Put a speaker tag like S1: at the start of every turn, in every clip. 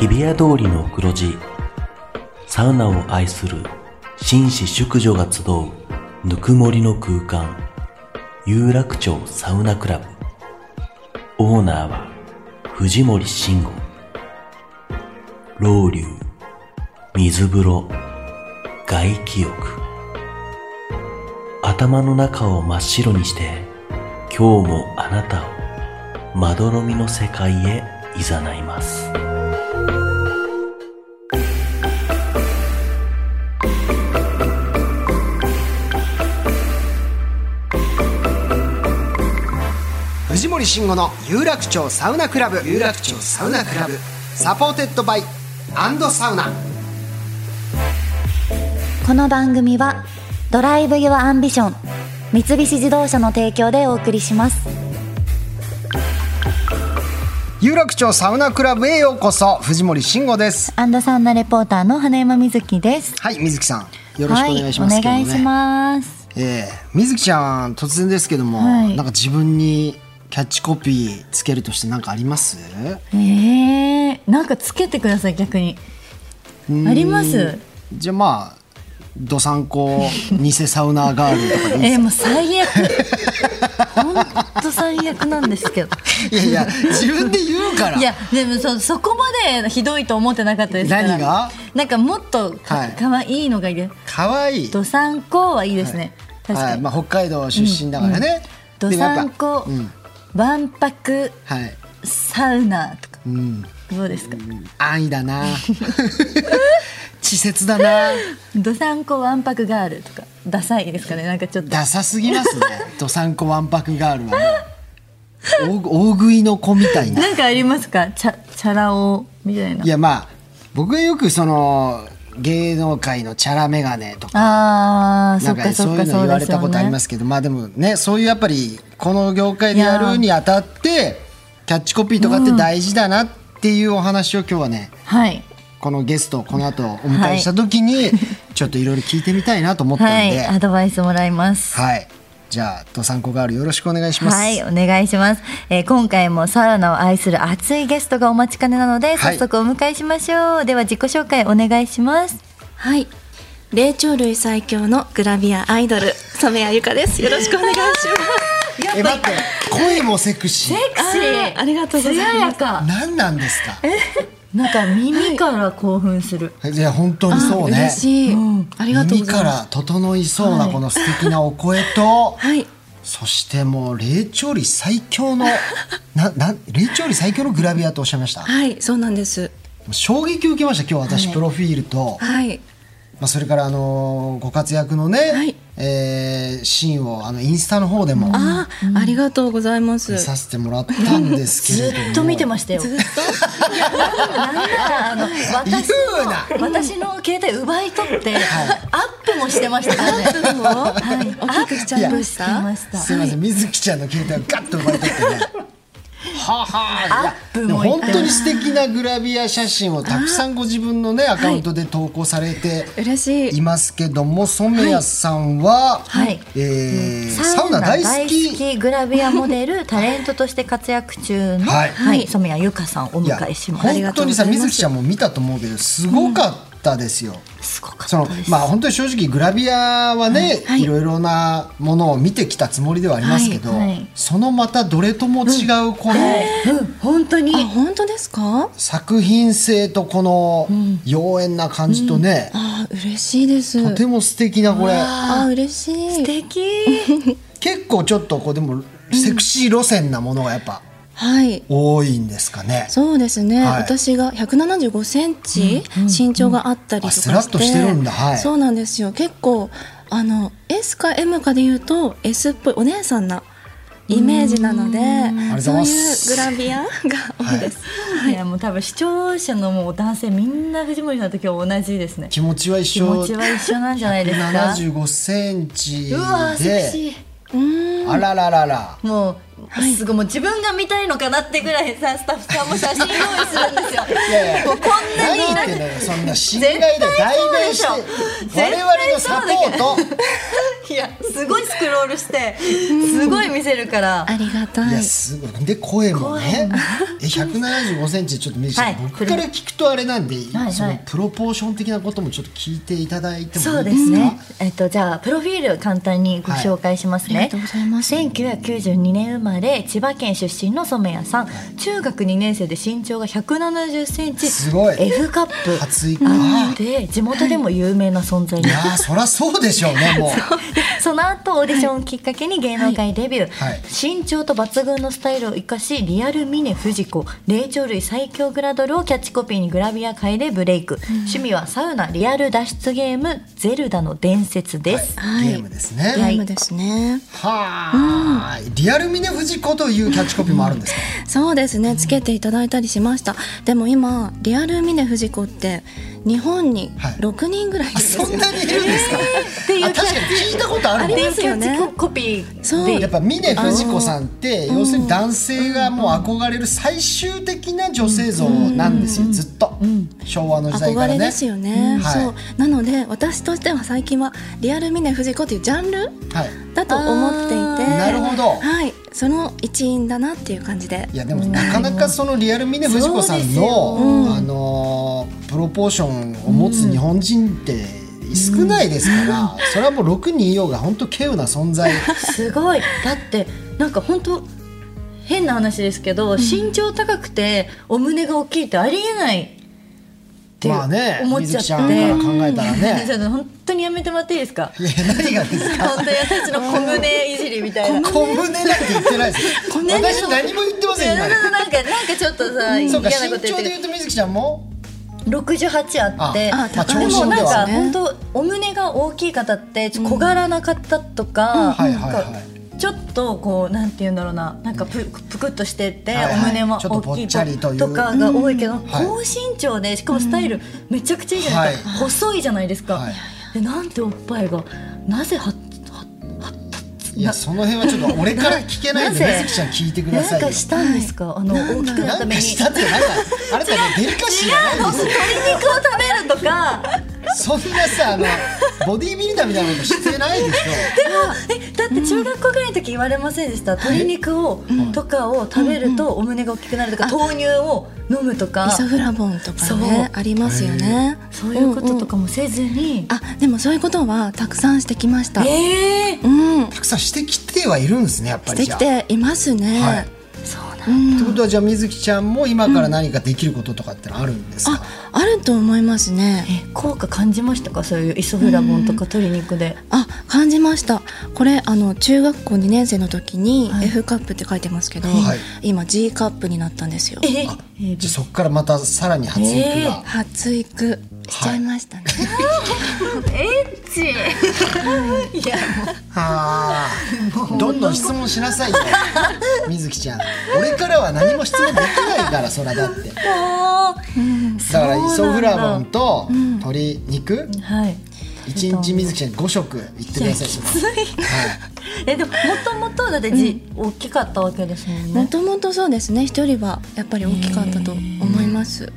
S1: 日比谷通りの黒字サウナを愛する紳士淑女が集うぬくもりの空間有楽町サウナクラブオーナーは藤森慎吾老流水風呂外気浴頭の中を真っ白にして今日もあなたをまどろみの世界へ誘います
S2: 藤森慎吾の有楽町サウナクラブ有楽町サウナクラブサポーテッドバイアンドサウナ
S3: この番組はドライブ・ユア・アンビション三菱自動車の提供でお送りします
S2: 有楽町サウナクラブへようこそ藤森慎吾です
S3: アンドサウナレポーターの花山瑞希です
S2: はい水木さんよろしくお願いします、
S3: はい、お願いします
S2: えー、水木ちゃん突然ですけども、
S3: はい
S2: なんか自分にキャッチコピーつけるとして何かあります
S3: えー、なんかつけてください逆にあります
S2: じゃあまあどさんこ偽サウナーガールとかでいいです
S3: えー、もう最悪 本当最悪なんですけど
S2: いやいや自分で言うから
S3: いやでもそそこまでひどいと思ってなかったですから
S2: 何が
S3: なんかもっとか,、
S2: はい
S3: わいいのがいいです
S2: かわいい
S3: どさんこはいいですね、確か
S2: は
S3: に、
S2: いまあ、北海道出身だからね、
S3: ど
S2: でもや
S3: さ
S2: っ
S3: ん
S2: ぱ
S3: こ、
S2: うん
S3: わんぱく
S2: はい
S3: サウナとか
S2: うん
S3: どうですか
S2: 安易だな稚拙だな
S3: どさんこわんぱくガールとかダサいですかねなんかちょっと
S2: ダサすぎますねどさんこわんぱくガールはもう大大食いの子みたいな
S3: なんかありますかチャチャラ男みたいない
S2: やまあ僕がよくその芸能界のチャラメガネとか
S3: あー
S2: な
S3: そ
S2: ん
S3: っ
S2: か
S3: か
S2: そ
S3: そ
S2: い
S3: うっ
S2: う
S3: か
S2: の
S3: そう
S2: 言わ
S3: で
S2: れ
S3: す
S2: た
S3: よ
S2: ことあり
S3: ね
S2: ますけどまあでもねそういうやっぱりこの業界でやるにあたってキャッチコピーとかって大事だなっていうお話を今日はね
S3: はい
S2: このゲストをこの後お迎えした時にちょっといろいろ聞いてみたいなと思ったん
S3: はい
S2: で、は
S3: ア
S2: い、
S3: ドバイスもらいます
S2: じゃあドサンコガールよろしくお願いします。
S3: はい、お願いします、えー今回もサウナを愛する熱いゲストがお待ちかねなので、
S2: はい
S3: 早速お迎えしましょう。では自己紹介お願いします。
S4: はい。霊長類最強のグラビアアイドル、染谷由香です。よろしくお願いします。
S2: え待って声もセクシー
S3: セクシー
S4: あーありがとうございます
S3: 艶やか。
S2: 何なんですか
S3: なんか耳から興奮する。
S2: いや本当にそうね
S4: 嬉しい。ありがとうご
S2: 耳
S4: ざ
S2: か
S4: います。
S2: ら整いそうなこの素敵なお声と、
S4: はい。
S2: そしてもう霊長類最強 のなな霊長類最強のグラビアとおっしゃいました
S4: はい、そうなんです。
S2: 衝撃を受けました今日私、プロフィールと、
S4: はい。
S2: まあ、それから、あのーご活躍のね、
S4: はい
S2: えーシーンをあのインスタの方でも
S4: あー、ありがとうございます
S2: 見。させてもらったんですけ
S3: ず
S2: れども
S3: っと見てましたよ。ずっと。いやなんならあの私
S2: 言うな
S3: の私の携帯奪い取って、アップもしてましたからね。
S4: アップも
S3: はい。
S4: 大きくしちゃいました
S3: アップしてまし
S2: す
S3: た。
S2: いません水木ちゃんの携帯をガッと奪い取ってねはあはあいや
S3: アップ
S2: でも
S3: も
S2: 本当に素敵なグラビア写真をたくさんご自分のねアカウントで投稿されて
S4: 嬉し
S2: い
S4: い。
S2: ますけども染谷さんは、
S3: はい
S2: えーサウナ大好き
S3: グラビアモデ ルタレントとして活躍中の、
S2: は
S3: はいい染谷由香さんをお
S2: いや
S3: 迎えします
S2: 本当にさ
S4: ありがとうございます
S2: 水木ちゃんも見たと思うけどすごかったですよ。
S3: すごかっ
S2: そ
S3: た
S2: の
S3: です、
S2: まあ本当に正直グラビアはね、いろいろなものを見てきたつもりではありますけど、
S3: はいはい
S2: そのまたどれとも違うこの
S3: うん本当に
S4: あ、本当ですか
S2: 作品性とこの妖艶な感じとね、
S4: あー、嬉しいです。
S2: とても素敵なこれ
S4: あー、嬉し
S3: 素
S4: い。
S3: 敵
S2: 結構ちょっとこうでもセクシー路線なものがやっぱ
S4: はい。
S2: 多いんですかね。
S4: そうですね、
S2: はい
S4: 私が175センチ身長があったりとかして、
S2: あスラッとしてるんだはい
S4: そうなんですよ結構あの S か M かで言うと S っぽいお姉さんなイメージなので
S2: りがとう
S4: そ
S2: ございうま
S4: いう
S2: す
S4: グラビアが多いです、
S3: いやもう多分視聴者のもう男性みんな藤森さんと今日同じですね
S2: 気持ちは一
S3: 気
S2: 緒
S3: 持ちは一緒なんじゃないですか
S2: 75センチ
S3: うわーセク
S2: で
S3: シ
S2: あらららら
S3: ーもう
S4: はい
S3: すごいもう自分が見たいのかなってぐらいさスタッフさんも写真用意するんですよ
S2: やいや
S3: もうこんな
S2: 何言
S3: に
S2: ってんだよそんな信頼で代弁して我
S3: 絶対
S2: 々のサポート
S3: いやすごいスクロールしてすごい見せるから
S4: ありがた
S2: い
S4: い
S2: やすごいで声もねえ175センチちょっと見せて、
S3: はい
S2: 僕から聞くとあれなんで、
S3: はい
S2: そのプロポーション的なこともちょっと聞いていただいてもいいですか
S3: そうですね、えっと、じゃあプロフィール簡単にご紹介しますね、
S4: はいありがとうございます
S3: 1992年生まれ千葉県出身の染谷さん中学2年生で身長が1 7 0センチ
S2: すごい
S3: F カップ
S2: 初いか、
S3: で地元でも有名な存在に
S2: いやーそりゃそうでしょうねもう
S3: その後オーディションをきっかけに芸能界デビュー、
S2: はいはい
S3: 身長と抜群のスタイルを生かしリアルミネフジコ霊長類最強グラドルをキャッチコピーにグラビア界でブレイク、趣味はサウナリアル脱出ゲーム「ゼルダの伝説」です、
S4: はい
S2: ゲームですね
S4: ゲームですね、
S2: はーいリアルミネフジコというキャッチコピーもあるんですか
S4: そうですねつけていただいたりしましたでも今リアルミネフジコって日本に
S2: はい
S4: 6人ぐらいいるんですよ、
S2: そんなにいるんですか、
S3: ていう
S2: あ確かに聞いたことある
S4: あ
S2: わ
S4: りますよね
S3: キャッチコピーで
S4: そう
S2: やっぱ峰不二子さんって要するに男性がもう憧れる最終的な女性像なんですよずっと昭和の時代か
S4: 憧
S2: らね
S4: れですよね、
S2: うんはい
S4: そうなので私としては最近はリアルミネフジコっていうジャンル
S2: はい
S4: だと思っていて
S2: なるほど
S4: はいその一員だなっていう感じで
S2: いやでもなかなかそのリアル峰不二子さんのあのープロポーションを持つ日本人って少ないですからそれはもう6人いようが本当稀有な存在
S3: すごいだってなんか本当変な話ですけど、身長高くてお胸が大きいってありえないって
S2: まあね
S3: 思っち
S2: 水
S3: ゃ
S2: 木
S3: って、
S2: ちゃんから考えたら
S3: ち
S2: ね
S3: ょっと本当にやめてもらっていいですか
S2: いや何がですか
S3: 本当に私たちの小胸いじり みたいな。
S2: 小胸なんて言ってないですよ
S3: 胸
S2: 私何も言ってま
S3: い
S2: せん
S3: や
S2: 今
S3: なんかなんかなんかちょっとさ嫌
S2: そうか
S3: な
S2: 身
S3: こと言
S2: 長
S3: っ
S2: で
S3: て
S2: 言うと水木ちゃんも
S3: 六十八あって
S2: ああ高い
S3: でもなんか
S4: ですね
S3: 本当お胸が大きい方ってちょっと小柄な方とか
S2: はい
S3: な
S2: は
S3: ん
S2: いは
S3: か
S2: い
S3: ちょっとこうなんて言うんだろうななんかぷぷくっとしてて
S2: はいはい
S3: お胸も
S2: ちょっとぽ
S3: 大き
S2: っ
S3: い
S2: ちゃりという
S3: とかが多いけど
S2: はい
S3: 高身長でしかもスタイルめちゃくちゃいいじゃないですか
S2: はい
S3: 細いじゃないですか
S2: はい
S3: でなんておっぱいがなぜはっはっ
S2: いやその辺はちょっと俺から聞けないんで
S3: ななぜ
S2: 水木ちゃん聞いてくだ
S3: な
S2: さ
S3: ん
S2: いよ
S3: かしたんですかあの大きくなる
S2: な
S3: た
S2: ん
S3: め
S2: か
S3: に
S2: したってなんかあなたねデリカシーがないですよ
S3: 鶏肉を食べるとか
S2: そんなさあのボディービルダーみたいなことしてないでし
S3: でもえだって中学校ぐらいの時言われませんでした、鶏肉を、とかを食べるとお胸が大きくなるとか、豆乳を飲むとか
S4: イソフラボンとか
S3: そう
S4: ねありますよね
S3: そういうことと
S4: うんうん
S3: かもせずに、
S4: あでもそういうことはたくさんしてきました、
S3: ええ
S4: うん
S2: ょたくさんしてきてはいるんですねやっぱり
S4: して
S2: じゃ
S4: き
S2: あ
S4: ていますね、
S2: はい
S3: そうなん
S4: うん
S2: ってことはじゃあ水木ちゃんも今から何かできることとかってのあるんですか、
S4: ああると思いますね
S3: え効果感じましたかそういうイソフラボンとか鶏肉で、
S4: あ感じましたこれあの中学校2年生の時に
S3: はい
S4: F カップって書いてますけど、
S2: はい
S4: 今 G カップになったんですよ
S3: ええ
S2: じゃあそこからまたさらに発育が、
S3: えー
S4: 発育しちゃいましたね、
S2: はあ、どんどん質問しなさいよ、水木ちゃん。俺からは何も質問できないから、そらだって。だから、イソフラボンと鶏肉、
S3: はい
S2: 一日水木ちゃん5食いってください。はい
S3: えでももともとだってじ、大きかったわけですもんね
S4: もともとそうですね一人はやっぱり大きかったと思います、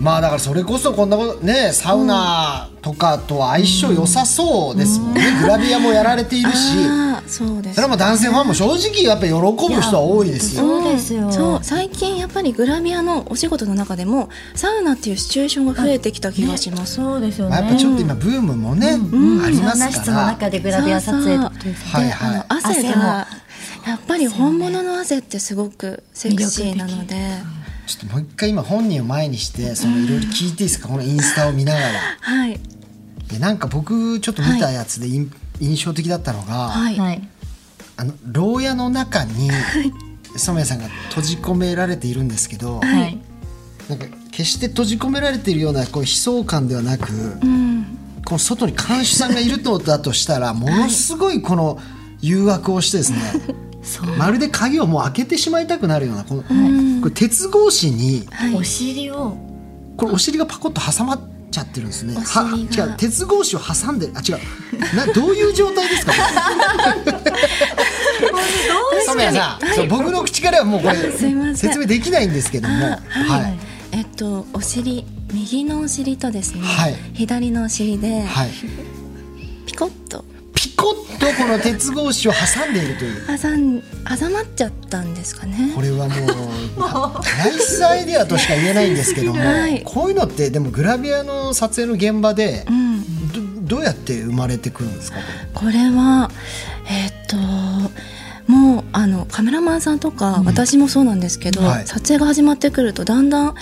S2: まあだからそれこそこんなことねサウナとかとは相性良さそうですもんね、グラビアもやられているし
S4: ああそうです
S2: それはもう男性ファンも正直やっぱ喜ぶ人は多いですよ
S3: そうですよ、
S4: そう最近やっぱりグラビアのお仕事の中でもサウナっていうシチュエーションが増えてきた気がします、
S3: そうですよね
S2: まあ、やっぱちょっと今ブームもね、ありま
S3: サウ
S2: す
S3: ナ室
S2: か
S3: の
S2: ら
S3: 中でグラビア撮影ってことですね
S2: はい
S4: で
S2: はい
S4: あの汗
S3: 汗も
S4: がやっぱり本物の汗ってすごくセクシーなので
S2: ちょっともう一回今本人を前にしてそのいろいろ聞いていいですかこのインスタを見ながらい
S4: はい
S2: やなんか僕ちょっと見たやつで、印印象的だったのが、
S4: はい、
S3: はい
S2: あの牢屋の中に染谷さんが閉じ込められているんですけど、
S3: はい
S2: なんか決して閉じ込められているようなこう悲壮感ではなく、この外に看守さんがいるのだとしたらものすごいこの誘惑をしてですね、まるで鍵をもう開けてしまいたくなるようなこの、これ鉄格子に
S3: お尻を
S2: これお尻がパコッと挟まっちゃってるんですね。
S4: お尻が
S2: は違う鉄格子を挟んで あ違うなどういう状態ですか。これ染谷皆さん、そう僕の口からはもうこれ
S4: すいません
S2: 説明できないんですけども、
S4: あはい、
S2: はい
S4: えっとお尻右のお尻とですね、
S2: はい
S4: 左のお尻で、
S2: はい、
S4: ピコッと
S2: ピコッとこの鉄格子を挟んでいるという。
S4: 挟ん挟まっちゃったんですかね
S2: これはもう なナイスアイデアとしか言えないんですけども、
S4: はい
S2: こういうのってでもグラビアの撮影の現場で
S4: うん
S2: どどうやって生まれてくるんですかこ
S4: これはえっともうあのカメラマンさんとか、私もそうなんですけど、
S2: はい
S4: 撮影が始まってくるとだんだん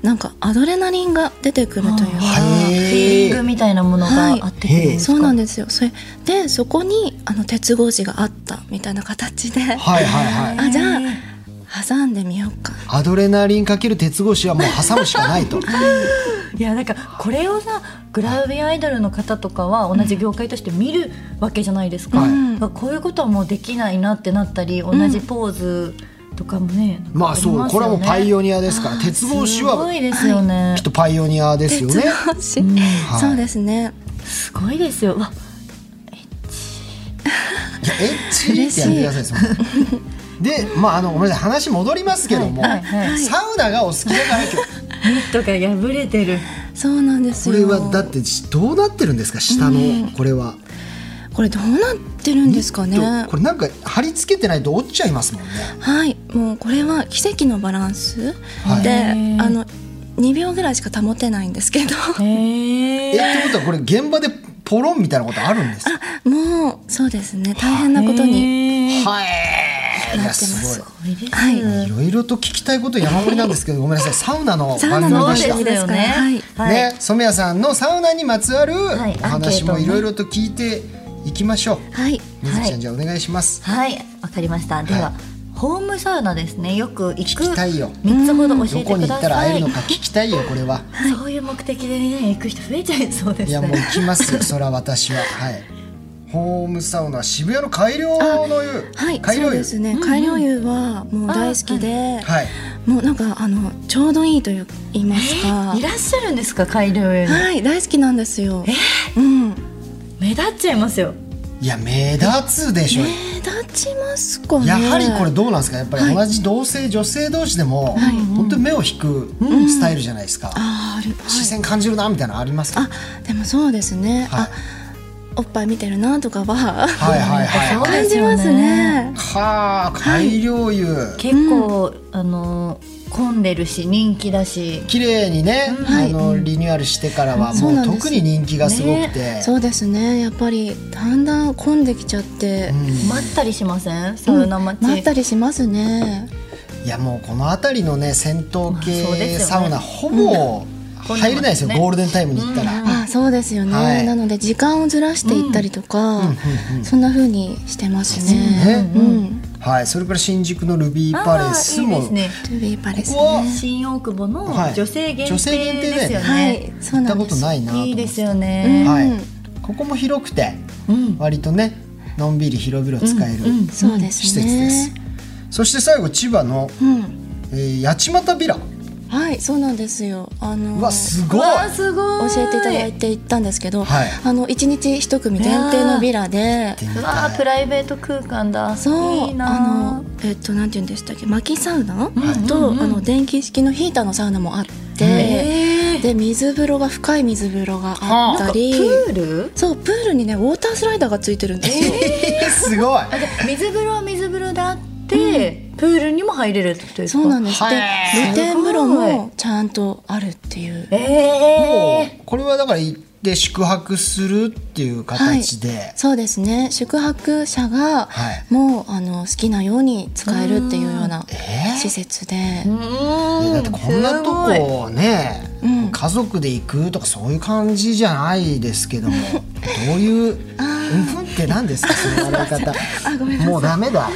S4: なんかアドレナリンが出てくるというか、
S2: れ
S3: フィーリングみたいなものがあってくるんですか、
S4: そうなんですよそれでそこにあの鉄格子があったみたいな形で、
S2: はいはいはい
S4: あじゃあ挟んでみようか
S2: アドレナリンかける鉄格子はもう挟むしかないと
S3: いやなんかこれをさグラビアアイドルの方とかは同じ業界として見るわけじゃないですか,、
S2: はい
S3: だからこういうことはもうできないなってなったり同じポーズとかもね、なんか
S2: まあそう
S3: りす
S2: こ
S3: よね
S2: れはもうパイオニアですから鉄格子
S3: すご
S2: はい
S3: ですよね、
S2: きっとパイオニアですよね
S4: 鉄 格子、
S2: い
S4: そうですね
S3: すごいですよわ
S2: いやエッチってやってくださいその でまああのごめんなさい話戻りますけども、
S3: はいはいはい
S2: サウナがお好きだから今日
S3: ニットが破れてる
S4: そうなんです
S2: こ
S4: よ
S2: れはだってどうなってるんですか下のこれは。
S4: これどうなってるんですかね
S2: これなんか貼り付けてないと落ちちゃいますもんね。
S4: はいもうこれは奇跡のバランス、
S2: はい
S4: で
S3: へー
S4: あの2秒ぐらいしか保てないんです けど
S2: え
S3: へ
S2: ってことはこれ現場でポロンみたいなことあるんですか。
S4: もうそうですね大変なことに
S3: に
S2: はい。いや
S4: ます
S2: すごい。
S4: はい
S2: いろいろと聞きたいこと山盛りなんですけど、ごめんなさい。サウナの
S4: サウ
S2: 番
S4: ナの
S2: 組
S3: そう
S2: でし
S3: で
S2: た。
S3: す
S2: ね、
S3: よね
S4: はい
S2: 染谷さんのサウナにまつわるお
S3: はい
S2: 話
S3: アンケート
S2: も
S3: ね
S2: いろいろと聞いていきましょう。
S4: はい
S2: 水木ち
S3: は
S2: ゃ
S3: い
S2: んじゃあお願いします。
S3: はい、わかりました。では、
S2: はい
S3: ホームサウナですね。よく行く
S2: 聞きたいよ
S3: 三つほど
S2: ど
S3: 教えて
S2: こに
S3: く
S2: 行
S3: だ
S2: ったら
S3: さ
S2: 会え
S3: い。
S2: るのか聞きたいよこれは。
S3: そういう目的でね、行く人増えちゃいそうで
S2: い
S3: すね。
S2: やもう行きますよ。そら私ははい。ホームサウナ渋谷の改良の湯。
S4: はい
S2: 改
S4: そう
S2: 良湯
S4: で。すね改良湯はもう大好きで、
S2: はい。
S4: もうなんかあのちょうどいいという言いますか
S3: いらっしゃるんですか、改良への。
S4: はい大好きなんですよ、うん
S3: 目立っちゃいますよ。
S2: いや目立つでしょ、
S4: 目立ちますかね
S2: やはりこれどうなんですかやっぱり同じ同性、女性同士でも、本当に目を引くスタイルじゃないですか、
S4: あある、はい
S2: 視線感じるなみたいなのありますか
S4: あでもそうですね、
S2: はい
S4: あおっぱい見てるなとかは
S2: はいはい
S3: そう
S2: はい
S3: で
S4: 感じますね
S2: はあ改良湯、
S3: 結構、あの混んでるし人気だし。
S2: 綺麗にね、
S4: はい
S2: あのリニューアルしてからはも
S4: そうな
S2: うん
S4: です
S2: 特に人気がすごくて、
S4: そうですねやっぱりだんだん混んできちゃって、
S3: 待ったりしません、サウナ待ち。
S4: なったりしますね
S2: いやもうこの辺りのね戦闘
S3: まあそうです
S2: 系
S3: よね
S2: サウナ、ほぼ入れないですよ、
S3: うん
S2: ゴールデンタイムに行ったら、
S4: あそうですよね、
S2: はい
S4: なので時間をずらしていったりとか、そんな風にしてますね
S2: ね
S4: うん
S2: はいそれから新宿のルビーパレスも
S3: あーいいですね。
S4: トゥービーパレス
S2: ここは
S3: 新大久保の
S2: はい
S3: 女性限
S2: 女性限
S3: 定
S2: 定
S3: で
S2: だよ
S3: す
S2: ね
S3: よね。
S4: はいそ
S2: 行
S4: う
S2: っ
S4: な
S2: た
S4: ん
S2: こ
S4: で
S2: と
S4: す
S2: ないなと思って
S3: いいですよね。
S2: はい、ここも広くて、
S3: うん
S2: 割とねのんびり広々使える
S4: そうですね
S2: 施設です、そして最後千葉の、
S4: うん
S2: えー八幡ビラ
S4: はいそうなんですよあの
S2: うわすごい
S3: わあすごい。
S4: 教えていただいて行ったんですけど、
S2: はい
S4: あの一日一組限定のビラで
S3: うわあプライベート空間だ。
S4: そう
S3: いいな
S4: あのえっとなんて言うんでしたっけ薪サウナ、とあの電気式のヒーターのサウナもあって、
S3: へー
S4: で水風呂が深い水風呂があったり、
S3: プール？
S4: そうプールにねウォータースライダーがついてるんですよ。
S2: えーすごい
S3: 水風呂は水風呂だって、プールにも入れるってことですか？
S4: そうなんです。で
S2: はい
S4: 露天風呂もちゃんとあるっていう。
S3: ええ
S2: これはだから行って宿泊するっていう形で、
S4: そうですね宿泊者が
S2: はい
S4: もうあの好きなように使えるっていうような
S2: えー
S4: 施設で、
S3: うーん
S2: だってこんなと
S3: すごい
S2: こね、家族で行くとかそういう感じじゃないですけど もどういう「うんふん」って何ですかその笑い 方もうダメだ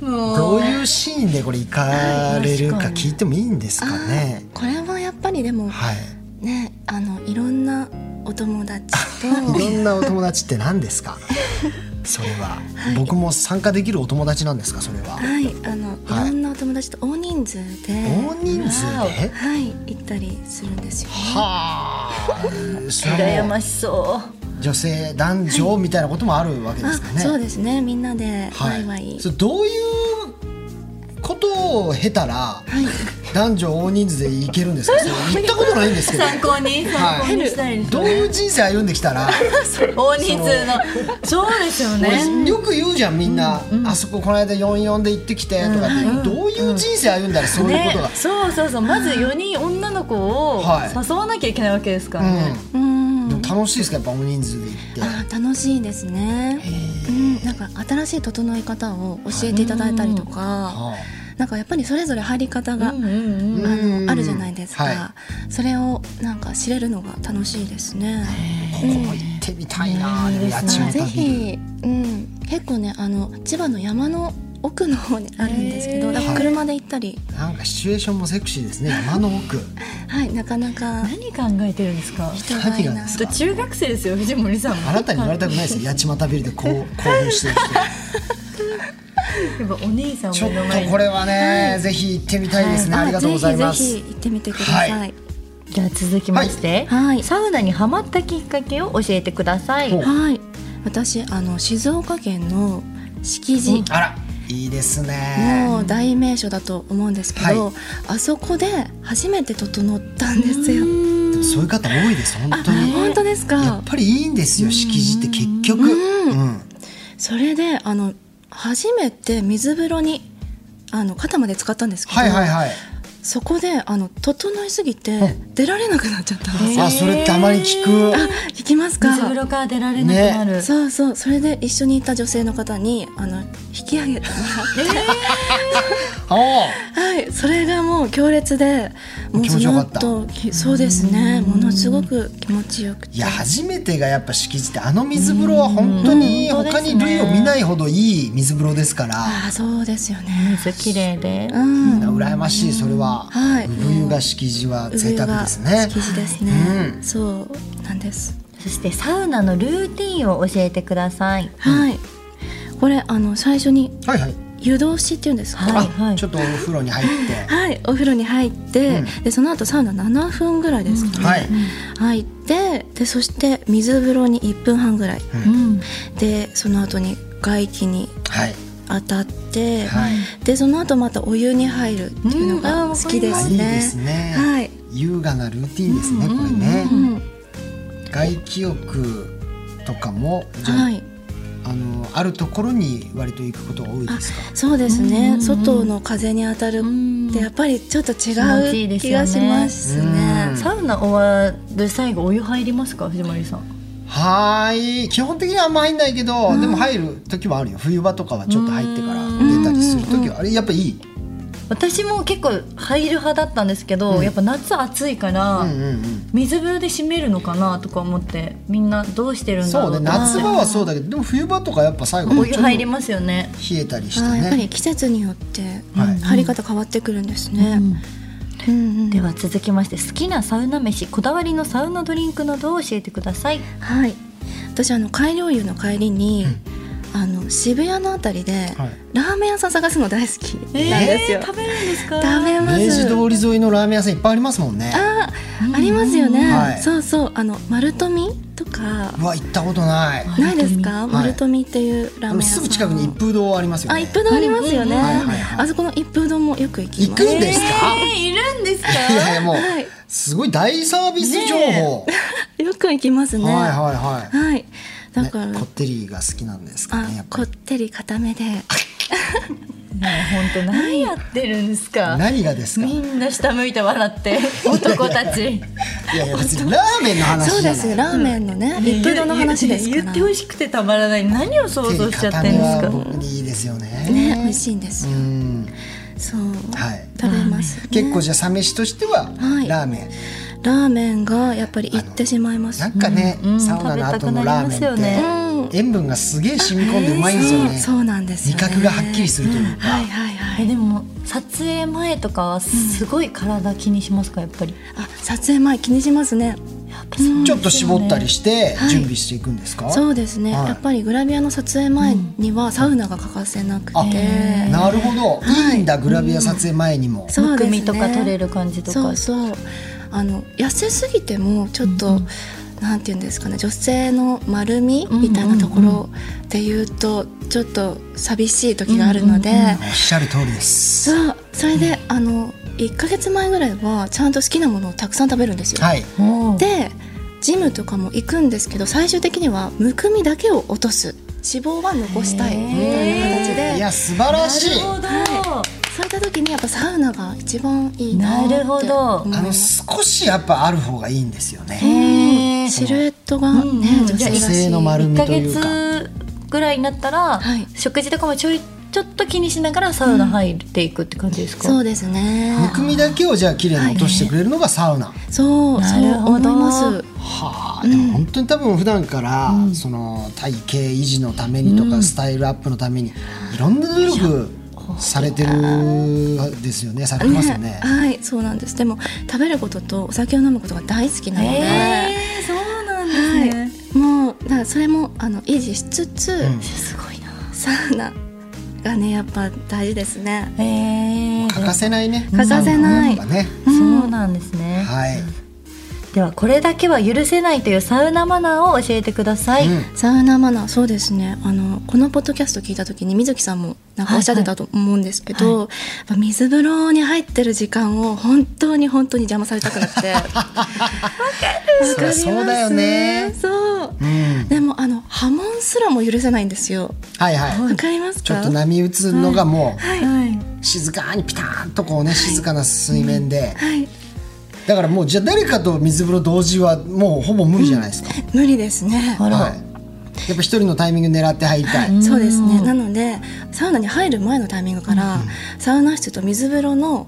S2: どういうシーンでこれ行かれるか聞いてもいいんですかね
S4: これはやっぱりでも
S2: はい
S4: ねあのいろんなお友達と
S2: いろんなお友達って何です かそれは、僕も参加できるお友達なんですかそれは
S4: はいあのい
S2: はい
S4: ろんなお友達と大人数で、
S2: 大人数で
S4: はい行ったりするんですよね。
S2: はあそれは
S3: 羨
S2: もう
S3: ましそう。
S2: 女性男女みたいなこともあるわけですかね。
S4: あそうですねみんなでワイワイ、
S2: それどういうことを経たら、男女大人数でいけるんですか。それ行ったことないんですけど。
S3: 参考に参考にしたいです
S2: どういう人生歩んできたら、
S3: 大人数のそうですよね
S2: よく言うじゃんみんな、あそここの間44で行ってきてとかって、どういう人生歩んだらそういう
S3: ね
S2: ことが、
S3: そうそうそうまず4人女の子を
S2: はい
S3: 誘わなきゃいけないわけですからね、
S4: うん
S2: でも楽しいですかやっぱ大人数で行って。
S4: あー楽しいですね、うん、なんか新しい整え方を教えていただいたりとか、
S2: は
S4: なんかやっぱりそれぞれ入り方が、
S3: うんうんうん
S4: あ
S2: うん
S4: のあるじゃないですか、
S2: は
S4: それをなんか知れるのが楽しいですね。
S2: あここも行ってみたいな、でも家賃
S4: まあ
S2: も
S4: ぜ
S2: 高い
S4: ひ、うん、結構ねあの千葉の山の奥の方にあるんですけど、だから車で行ったり、
S2: なんかシチュエーションもセクシーですね山の奥
S4: はい、なかなか
S3: 何考えてるんですか
S4: 人がい
S2: 何が
S4: な
S2: で
S4: い
S2: す
S3: ちょっと中学生ですよ藤森さんも
S2: あなたに言われたくないですよ八街ビルでこう興奮してる人
S3: やっぱお兄さ ん
S2: ちょ
S3: も
S2: っ
S3: 名前
S2: とこれはね、ぜひ行ってみたいですね、ありがとうございます
S4: ぜひぜひ行ってみてくだ
S2: は
S4: さい。
S2: い
S3: じゃあ続きまして、
S4: はいはい
S3: サウナにハマったきっかけを教えてください
S2: ほう
S4: はい、私あの静岡県の敷地、
S2: あらいいですね
S4: もう大名所だと思うんですけど、
S2: は
S4: あそこで初めて整ったんですよ。
S2: でもそういう方多いです本
S4: あ、
S2: 当に
S4: 本当です
S2: やっ
S4: か。
S2: ぱりいいんですよ敷地って結局うん、
S4: それであの初めて水風呂にあの肩まで使ったんですけど、
S2: はいはいはい、
S4: そこであの整いすぎて出られなくなっちゃったんですよ。
S2: あそれってあまり聞く
S4: あ、聞きます
S3: 水風
S4: か。
S3: 呂から出られなくなる、
S4: そうそう、それで一緒にいた女性の方にあの引き上げ てもらって。
S2: あ
S4: はい、それがもう強烈で、もう
S2: 気持ちよかった
S4: その後きそうですね、ものすごく気持ちよく
S2: い
S4: て。
S2: や初めてがやっぱ敷地ってあの水風呂は本当に
S3: うん
S2: 他に類を見ないほどいい水風呂ですから、
S4: ああ、そうですよね。
S3: 水綺麗で
S4: うん、
S2: 羨ましいそれは、
S4: はい
S2: 産湯が敷地は贅沢ですね
S4: 築地ですね
S2: う。ん
S4: そうなんです。
S3: そしてサウナのルーティンを教えてください
S4: はい、これあの最初に
S2: はいはい、
S4: 湯通しっていうんですか。
S3: は
S2: あ、
S3: いはい
S2: ちょっとお風呂に入って
S4: はい、お風呂に入って、でその後サウナ7分ぐらいですかね、
S2: はい
S4: 入ってでそして水風呂に1分半ぐらい、
S3: うん
S4: でその後に外気に
S2: はい
S4: 当たって、
S2: はい
S4: でその後またお湯に入るっていうのが好きで
S2: あ
S4: す
S2: いいで
S4: ね
S2: す。ね、
S4: はい
S2: 優雅なルーティンですね、これね、
S4: うん
S2: 外気浴とかもじゃあ,、
S4: はい、
S2: あのあるところに割と行くことが多いですか
S4: そうですね、外の風に当たるってやっぱりちょっと
S3: 持ちいい
S4: 違
S3: うです
S4: 気
S3: よね
S4: がしますね
S2: うん
S3: サウナ終わる最後お湯入りますか藤森さん
S2: はーい基本的にはあんま入んないけど、でも入る時もあるよ冬場とかはちょっと入ってから出たりする時はあれやっぱいい、
S3: 私も結構入る派だったんですけど、やっぱ夏暑いから、
S2: うんうんうん
S3: 水風呂で締めるのかなとか思ってみんなどうしてるんだ
S2: そう
S3: ろ
S2: ね
S3: うと思って
S2: 夏場はそうだけどでも冬場とかやっぱ最後
S3: お
S2: もう
S3: 湯
S2: ちょっと
S3: 入り
S2: 冷
S3: ますよね
S2: えたりして
S4: あーやっぱり
S2: ね
S4: 季節によって
S2: はい
S4: 張り方変わってくるんですね。うんうん
S3: では続きまして好きなサウナ飯こだわりのサウナドリンクなどを教えてください
S4: はい、私あの改良湯の帰りに、あの渋谷のあたりで、
S2: はい
S4: ラーメン屋さん探すの大好きなんですよ。
S3: 食べるんですか
S4: 食べま
S2: 明治
S4: す。
S2: 通り沿いのラーメン屋さんいっぱいありますもんね
S4: あー、ありますよね。
S2: はい
S4: そうそう、あの丸富とか
S2: うわ行ったことない
S4: ないですか？
S2: 富
S4: 丸富っていうラーメ
S2: で
S4: ン
S2: も
S4: 屋
S2: す
S4: さん。
S2: ぐ近くに一風堂ありますよ
S4: あ、
S2: ね
S4: 一風堂ありますよ
S2: うんうん
S3: うん
S4: ね。
S2: はいはいはい
S4: あそこの一風堂もよく行き
S2: 行
S4: ま
S2: く
S4: す。
S2: んですか、
S3: えーいるんですか
S2: いやいやもう、
S4: はい
S2: すごい大サービス情報、
S4: よく行きますね。
S2: はい
S4: は。
S2: はいはいい、
S4: だから、
S2: ね、こってりが好きなんですか
S4: あ
S2: ねやっ、
S4: こ
S2: ぱ
S4: っ
S2: り
S4: てり固めで。
S3: もう本当何やってるんですか
S2: 何がですか
S3: みんな下向いて笑って男たち
S2: いやいや別にラーメンの
S4: そ
S2: 話
S4: う
S2: じゃない
S4: です。ラーメンのね、一風堂の話ですから。
S3: 言ってほしくてたまらない何を想像しちゃって
S2: 手
S3: る
S2: に
S3: んです
S2: 固
S3: か
S2: めは僕にいいですよね
S4: ね、美味しいんです
S2: う
S4: よ。
S2: ん
S4: そう、
S2: はい
S4: 食べます、ね。
S2: 結構じゃあサ飯としては、
S4: はい
S2: ラーメン
S4: ラーメンがやっぱり行ってしまいます。
S2: なんかね、
S3: うん
S2: サウナの後のラーメンっ
S3: 食べたくなります
S2: て、
S4: うん、
S2: 塩分がすげえ染み込んでうまいんですよね、
S4: そうそうなんです
S2: 味
S4: よ、ね。
S2: 覚がはっきりするというか、
S4: はいはいは
S3: え
S4: い。
S3: でも撮影前とかはすごい体気にしますかやっぱり
S4: あ、撮影前気にしますね。
S3: やっぱそうですよね
S2: ちょっと絞ったりして
S4: はい
S2: 準備していくんですか、
S4: そうですね、
S2: はい
S4: やっぱりグラビアの撮影前にはサウナが欠かせなくて。
S2: あなるほど、いいんだグラビア撮影前にも、
S4: そう
S3: む
S4: で
S3: く
S4: すね。
S3: みとか取れる感じと
S4: そ
S3: か
S4: うそう。あの痩せすぎてもちょっと、なんて言うんですかね女性の丸みみたいなところで言うと、ちょっと寂しい時があるので、
S2: おっしゃる通りです
S4: そうそれであの1か月前ぐらいはちゃんと好きなものをたくさん食べるんですよ。
S2: はい
S3: もう
S4: でジムとかも行くんですけど最終的にはむくみだけを落とす脂肪は残したいみたいな形
S2: い
S4: で
S2: や素晴らしい
S3: は
S4: そういった時にやっぱサウナが一番いいなって
S3: なるほど
S4: 思い
S2: あの
S4: ます
S2: 少しやっぱある方がいいんですよね、
S3: へー
S4: シルエットがね、
S3: うんうん
S4: 女性ら
S2: 女
S4: し
S2: 性
S4: い
S2: の丸み
S3: 1
S2: と
S3: ヶ
S2: いうか
S3: 月ぐらいになったら、
S4: はい
S3: 食事とかもちょいちょっと気にしながらサウナ入っていくって感じですか、
S4: そうですね
S2: むくみだけをじゃあ綺麗に落としてくれるのがサウナ、
S4: そう
S3: な
S4: そう
S3: るほど
S4: 思います
S2: はあ、でも本当に多分普段から、その体型維持のためにとか、スタイルアップのためにいろんな努力されてるですよねされてますよね
S4: はいそうなんですでも食べることとお酒を飲むことが大好きなので、
S3: えー、そうなんですね、
S4: はい、もうだからそれもあの維持しつつ、
S2: ん
S3: すごいな
S4: サウナがねやっぱ大事ですね
S3: えー、
S2: 欠かせないね
S4: 欠かせない
S2: サウナのやっぱね
S3: そうなんですね、
S2: はい
S3: ではこれだけは許せないというサウナマナーを教えてください、
S2: うん
S4: サウナマナーそうですねあのこのポッドキャスト聞いた時に水木さんもなんかおっしゃってたと思うんですけど、やっぱ水風呂に入ってる時間を本当に本当に邪魔されたくなくてわか る
S2: そりゃそうだよね
S4: そう、
S2: うん
S4: でもあの波紋すらも許せないんですよ
S2: はいは
S4: わ
S2: い
S4: かりますか
S2: ちょっと波打つのがも
S3: はい、
S2: う静かにピターンとこうね静かな水面で
S4: はい
S2: だからもうじゃあ誰かと水風呂同時はもうほぼ無理じゃないですか、
S4: 無理ですね
S3: あら、
S2: はい、やっぱ一人のタイミング狙って入りたい、
S4: そうですねなのでサウナに入る前のタイミングから、サウナ室と水風呂の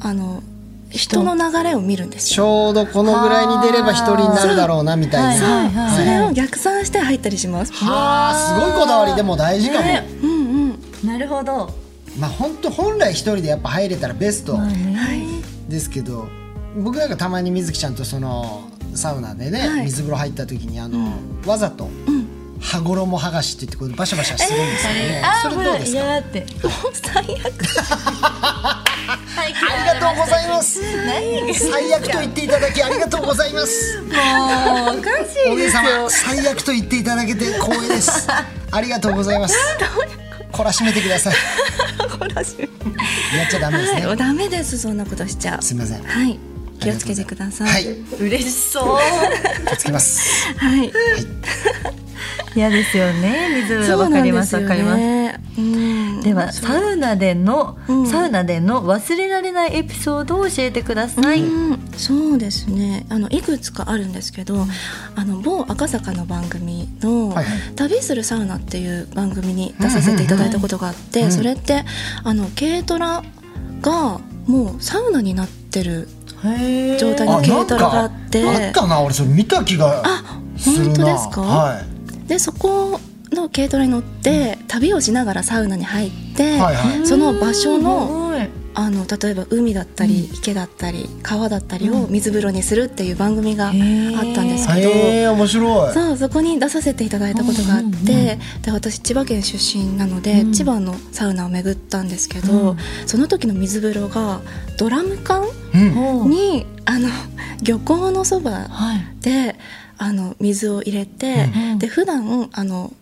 S4: あの人の流れを見るんです よ
S2: ちょうどこのぐらいに出れば一人になるだろうなみたい
S3: そう
S2: な
S3: はいはい
S4: それを逆算して入ったりします。
S2: はあすごいこだわりでも大事かも、
S4: うんうん。
S3: なるほど
S2: まあ本当本来一人でやっぱ入れたらベスト
S4: はい。
S2: ですけど、僕なんかたまに水木ちゃんとそのサウナでね、
S4: はい
S2: 水風呂入った時にあの、わざと羽衣剥がしって言ってこうバシャバシャするんですよね、それどうですか
S3: やーって
S4: 最悪。
S3: はい
S2: ありがとうございます最悪と言っていただきありがとうございます
S3: もうおかし
S2: お姉様最悪と言っていただけて光栄です ありがとうございます懲らしめてください
S4: 懲らしめ
S2: やっちゃダメですね、
S4: はい。ダメです。そんなことしちゃう。
S2: すみませんは
S4: はい。気をつけてくださ
S2: い
S4: い。
S3: 嬉し そう
S2: 気をつけます
S4: はい。
S3: 嫌ですよね水風
S4: そ
S3: 呂
S4: う
S3: わ
S4: な
S3: か
S4: ん
S3: り
S4: で
S3: ます
S4: す
S3: わ
S4: よ
S3: かります
S4: ね。うん。
S3: ではサウナでの、
S4: うん
S3: サウナでの忘れられないエピソードを教えてください、
S4: うん、そうですねあのいくつかあるんですけどあの某赤坂の番組の
S2: はい
S4: 「旅するサウナ」っていう番組に出させていただいたことがあって、
S2: ん
S4: それってあの軽トラがもうサウナになってる
S3: へー
S4: 状態
S2: あ
S4: の
S2: な
S4: 軽
S2: んか
S4: トラがあって
S2: あったな俺それ見た気が
S4: あ
S2: するな
S4: 本当ですか
S2: はい
S4: でそこの軽トラに乗って旅をしながらサウナに入って、
S2: はいはい
S4: その場所の
S3: すごい
S4: あの例えば海だったり池だったり川だったりを水風呂にするっていう番組があったんですけど。
S2: へえ面白い
S4: そうそこに出させていただいたことがあって、で私千葉県出身なので、千葉のサウナを巡ったんですけど、その時の水風呂がドラム缶
S2: うん
S4: にあの漁港のそば
S3: はい
S4: であの水を入れて、
S3: うん
S4: で普段あの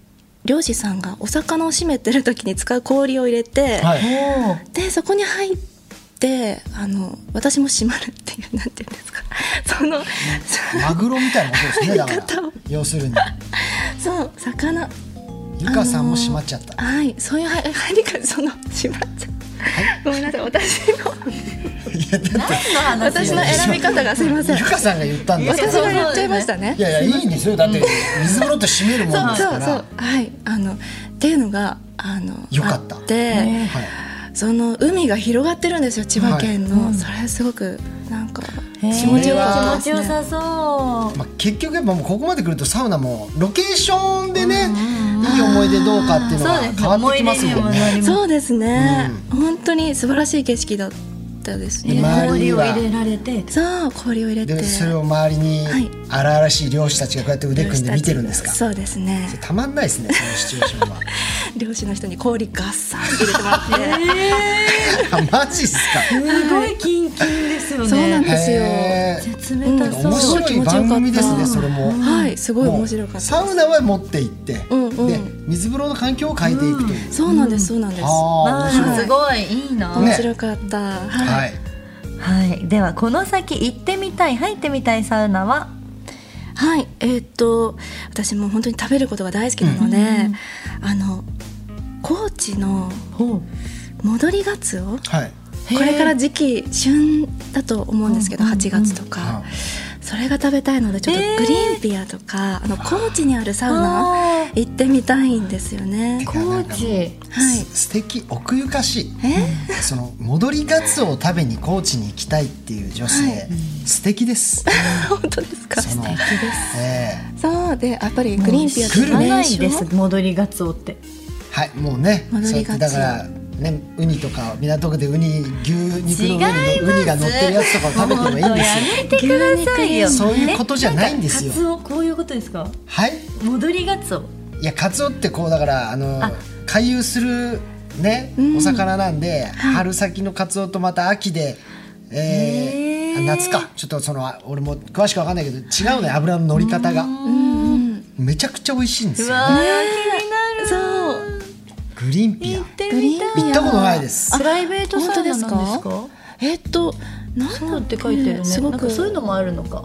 S4: 漁師さんがお魚を締めてる時に使う氷を入れて、
S2: はい
S3: おー
S4: でそこに入ってあの私も閉まるっていうなんていうんですか その
S2: マグロみたいなことですねだか
S4: 入り方
S2: ら
S4: を
S2: 要するに
S4: そう 魚
S2: ゆかさんも閉まっちゃった、
S4: はい、そういう入入り方、その、しまっちゃう。ごめんなさい、私の、
S2: いやだって
S3: 何の話
S4: 私の選び方がすいま せん
S2: ゆ。かさんが言ったんだ
S4: 私
S2: から
S4: が言っちゃいましたね
S2: い。やいやいいんですよだって水風呂って閉めるもんで
S4: そう、
S2: す
S4: そ
S2: か
S4: う、
S2: ら
S4: そう、はい、あの、っていうのが、あの、
S2: よかった
S4: あて、
S2: はい
S4: その海が広がってるんですよ、千葉県
S3: は
S4: の、
S3: い
S4: それすごく、なんか。
S3: へー
S4: 気持ちよ
S2: かった
S3: 気持ちよさそう
S2: まあ、結局やっぱもうここまで来るとサウナもロケーションでね、いい思い出どうかっていうのが
S3: そうです
S2: 変わってきますもん
S3: 思い出にもな
S2: ね。
S3: ります
S4: そうですね、本当に素晴らしい景色だっったです
S2: で
S4: ね。
S2: 周りに
S3: 氷を
S2: は
S3: 入れられて
S4: そう氷を入れて
S2: でそれを周りに
S4: はい
S2: 荒々しい漁師たちがこうやって腕組んで見てるんですか
S4: そうですね
S2: それたまんないですねそのシチュエーションは
S4: 漁師の人に氷ガッサン入れてもらって
S2: あマジっすか
S3: すごいキンキンですよね
S4: そうなんですよ
S2: へー
S3: 絶滅だそう
S2: 面
S4: すごい
S2: 白
S4: 気
S2: い
S4: 持ちよかっ
S2: 番
S4: た
S2: 組ですねそれも
S4: はいすごい
S2: もう
S4: 面白かったです
S2: サウナは持って行って
S4: うんうん
S2: で水風呂の環境を変えていくという
S4: そうなんですそうなんです
S2: ああ面白い
S3: あーすごいいいな、
S2: ね
S4: 面白かったはい
S2: はい
S3: はいではこの先行ってみたい入ってみたいサウナは
S4: はいえーっと私もう本当に食べることが大好きなのであの高知の
S3: ほう
S4: 戻りガツオ
S2: はい
S4: これから時期旬だと思うんですけど8月と
S2: う
S4: か
S2: ん
S4: それが食べたいのでちょっと
S3: へー
S4: グリーンピアとかあの高知にあるサウナ
S3: あー
S4: 行ってみたいんですよね。
S3: 高知
S4: はい
S2: す素敵奥ゆかしい
S4: え
S2: その戻りガツオを食べに高知に行きたいっていう女性、
S4: はい
S2: 素敵です。
S4: 本当ですか
S2: そのええ
S4: そうでやっぱりグリーンピア
S2: グルメ
S3: な
S4: ないい
S3: です戻りガツオって
S2: はいもうね
S4: 戻
S2: そうやっ
S4: り
S2: て
S4: ガツオ
S2: だからねウニとか港区でウニ牛肉の上にウニが乗ってるやつとかを食べてもいいんですよ。
S3: やめてくださいよ
S2: そういうことじゃないんで
S3: カ
S2: すよ。
S3: ツオこういうことですか
S2: はい。
S3: 戻りガツオ
S2: いやカツオってこうだからあの
S3: あ
S2: 回遊するね
S4: ん
S2: お魚なんで、春先のカツオとまた秋で。え
S3: へ
S2: ー、
S3: ー
S2: 夏かちょっとそのあ俺も詳しくわかんないけど違うね油の乗り方がめちゃくちゃ美味しいんですよ
S3: うわー気になる
S4: そう
S2: グリーンピア。
S3: 行って
S4: グリーンピア
S2: 行ったことないです。
S3: プライベートサウナなんですか
S4: 本当えっとなんだっけ
S3: そうって書いてるね
S4: すご
S3: なん
S4: く
S3: かそういうのもあるのか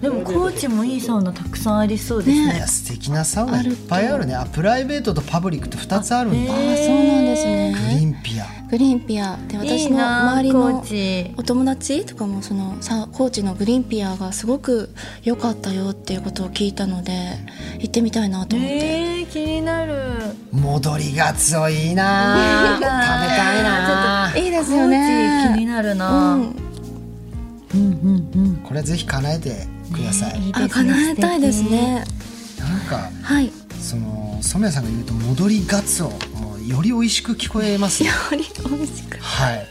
S3: でも高知もいいサウナたくさんありそうです
S2: い
S3: ね
S2: や素敵なサウナいっぱいあるね。あプライベートとパブリックと二つあるんだ。
S3: あ
S2: グ
S3: へ
S4: あそうなんです
S2: リー
S4: ね
S2: ンピア。
S4: グリーンピアで
S3: い
S4: 私
S3: い
S4: の
S3: な
S4: 周り
S3: 高
S4: の
S3: 知
S4: お友達とかもそのさ高知のグリーンピアがすごく良かったよっていうことを聞いたので行ってみたいなと思って、
S3: えー、気になる
S2: 戻りが強いいな。食べたいな。
S4: いいです
S3: 高
S4: よ
S3: 知
S4: ね
S3: 気になる
S4: う
S3: な、
S4: ん、
S3: うんうん
S2: これぜひ叶えてください。
S3: いい
S4: あ叶えたいですね
S2: なんか
S4: はい
S2: その染谷さんが言うと戻りガツオもうより美味しく聞こえますね。
S4: これ美味しく
S2: はい。もう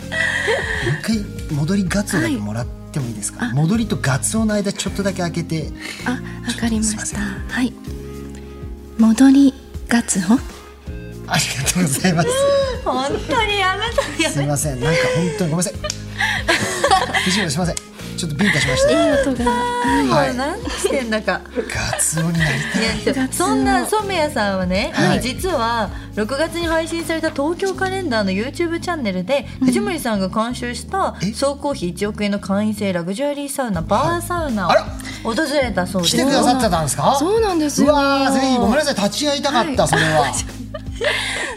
S2: 一回戻りガツオだけもらってもいいですか。戻りとガツオの間ちょっとだけ開けて。
S4: あ、わかりまし
S2: すい
S4: た。
S2: ま
S4: はい。戻りガツオ。
S2: ありがとうございます。
S3: 本当にやめたい
S2: すみません、なんか本当にごめんなさい。藤本すみません、ちょっとビンタしました。
S4: 音が。はい
S2: はい、
S3: 何してんだか
S2: ガツオになりたい。
S3: いやそんな染谷さんはね、
S2: はい
S3: 実は6月に配信された東京カレンダーの YouTube チャンネルで藤森さんが監修した
S2: え
S3: 総工費1億円の会員制ラグジュアリーサウナバーサウナを
S2: あら
S3: 訪れたそうで
S2: 来
S3: す。
S2: てくださってたんですか。
S4: そうなんです
S2: う
S4: よ。
S2: わー、ぜひごめんなさい、立ち会いたかった、それは。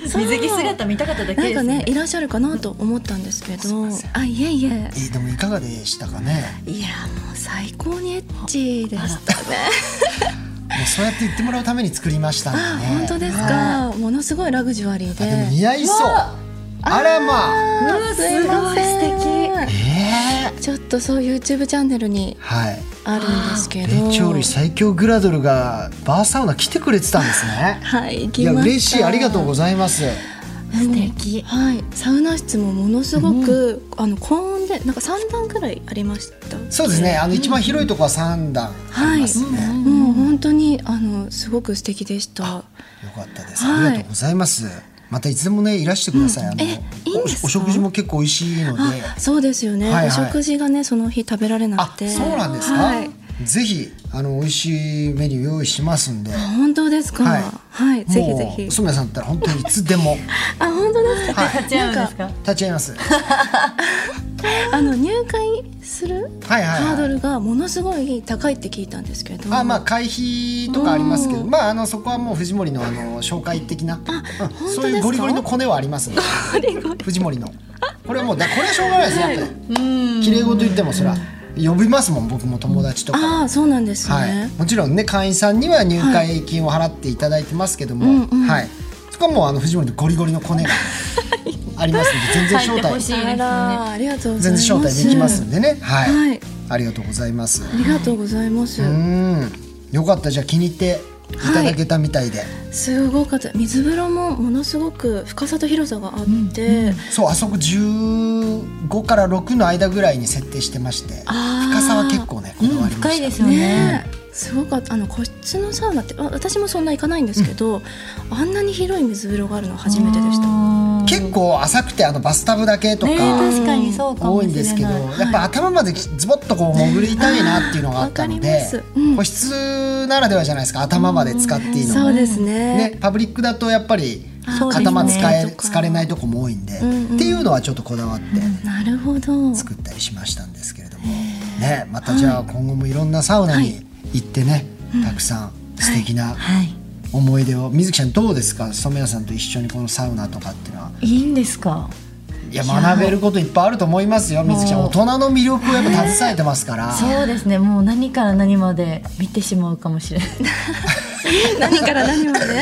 S3: 水着姿見たかっただけ
S4: な
S3: で
S4: ん
S3: す
S4: か
S3: ね
S4: ね、いらっしゃるかなと思ったんですけど。あ、いえい
S2: え
S4: え。
S2: ー、でもいかがでしたかね。
S4: いや、もう最高にエッチでしたね。
S2: もうそうやって言ってもらうために作りましたんで
S4: あ、
S2: ね。
S4: 本当です
S2: はい。
S4: か。ものすごいラグジュアリー
S2: あでも
S4: で。
S2: 似合いそう。あらまあ。
S3: うわ
S4: すいません
S3: すごい素敵
S2: ええ
S4: ちょっとそう YouTube チャンネルに
S2: はい。
S4: あるんですけど。
S2: 霊長類最強グラドルがバーサウナ来てくれてたんですね。
S4: はい、行
S2: い
S4: き
S2: や
S4: ました。
S2: 嬉しいありがとうご
S4: ざい
S2: ざいます。
S4: ます。
S3: 素敵
S4: はい、サウナ室もものすごく、あの高温でなんか三段くらいありました。
S2: そうですね。あの一番広いとこは三段ありますね。
S4: もう本当にあのすごく素敵でした。
S2: よかったです。
S4: はい
S2: ありがとうございます。またいつでもねいらしてください。あの
S4: えいいんですか
S2: おお食事も結構美味しいので。
S4: あ、そうですよね。
S2: はいはい
S4: お食事がねその日食べられな
S2: あ
S4: く、て。
S2: そうなんですか。
S4: はい。
S2: ぜひあの美味しいメニュー用意しますんで。
S4: あ本当ですか。
S2: は
S4: はいい、ぜひぜ
S2: も
S4: ひ
S2: う。染谷さんだったら本当にいつでも
S4: あ、本当ですか。
S3: 立ち会うんですか
S2: 立ち会い ます。はい
S4: あの入会する
S2: はい、はい。
S4: ハードルがものすごい高いって聞いたんですけど。
S2: あまあ会費とかありますけど、まああのそこはもう藤森のあの紹介的な、うん
S4: 当
S2: そうい
S4: で
S2: う
S4: すか
S2: ゴリゴリのコネはありますね。藤森の。これはもうだこれはしょうがないですね。やっぱり綺麗事言ってもそら呼びますもん僕も友達とか。
S4: あそうなんですね。
S2: はい、もちろんね会員さんには入会金を払っていただいてますけども、はいそこはもうあの藤森のゴリゴリのコネがありますので全然
S3: 入
S2: 招
S3: って
S2: 待
S3: ほしいです
S4: あ
S3: ね。
S4: ら、ありがとうござ
S2: 全然
S4: います。
S2: 招待できますんでね、はい
S4: はい
S2: ありがとうございます。
S4: ありがとうございます。
S2: うんよかったじゃあ気に入っていただけたみたいで、
S4: すごかった水風呂もものすごく深さと広さがあって、
S2: そうあそこ15から6の間ぐらいに設定してまして
S4: あー
S2: 深さは結構ねこだわりました、
S3: 深いですよね
S4: ねえすごかったあの個室のサウナってあ私もそんな行かないんですけど、あんなに広い水風呂があるのは初めてでした
S2: 結構浅くてあのバスタブだけと
S3: ねえ
S2: か
S3: 確かにそうかも
S2: 多いん
S3: しれ
S2: です
S3: ない
S2: けど、やっぱ頭までズボッとこう潜りたいなっていうのがあったの
S4: あー
S2: で
S4: わかりますうん
S2: 個室ならではじゃないですか頭まで使っていいの
S4: そ
S2: も
S4: うですね
S2: ねパブリックだとやっぱり
S3: そうですね
S2: 頭使え
S4: とか
S2: 疲れないとこも多いんで、
S4: んうん
S2: っていうのはちょっとこだわって
S4: なるほど
S2: 作ったりしましたんですけれども、ねまたじゃあ今後もいろんなサウナに行ってね、たくさん素敵な
S3: はい
S2: 思い出を水木ちゃんどうですか染谷さんと一緒にこのサウナとかっていうのはい
S3: いんですか
S2: いや学べることいっぱいあると思いますよ水木ちゃん大人の魅力をやっぱ携えてますから、
S3: そうですねもう何から何まで見てしまうかもし れない
S4: 何から何ま で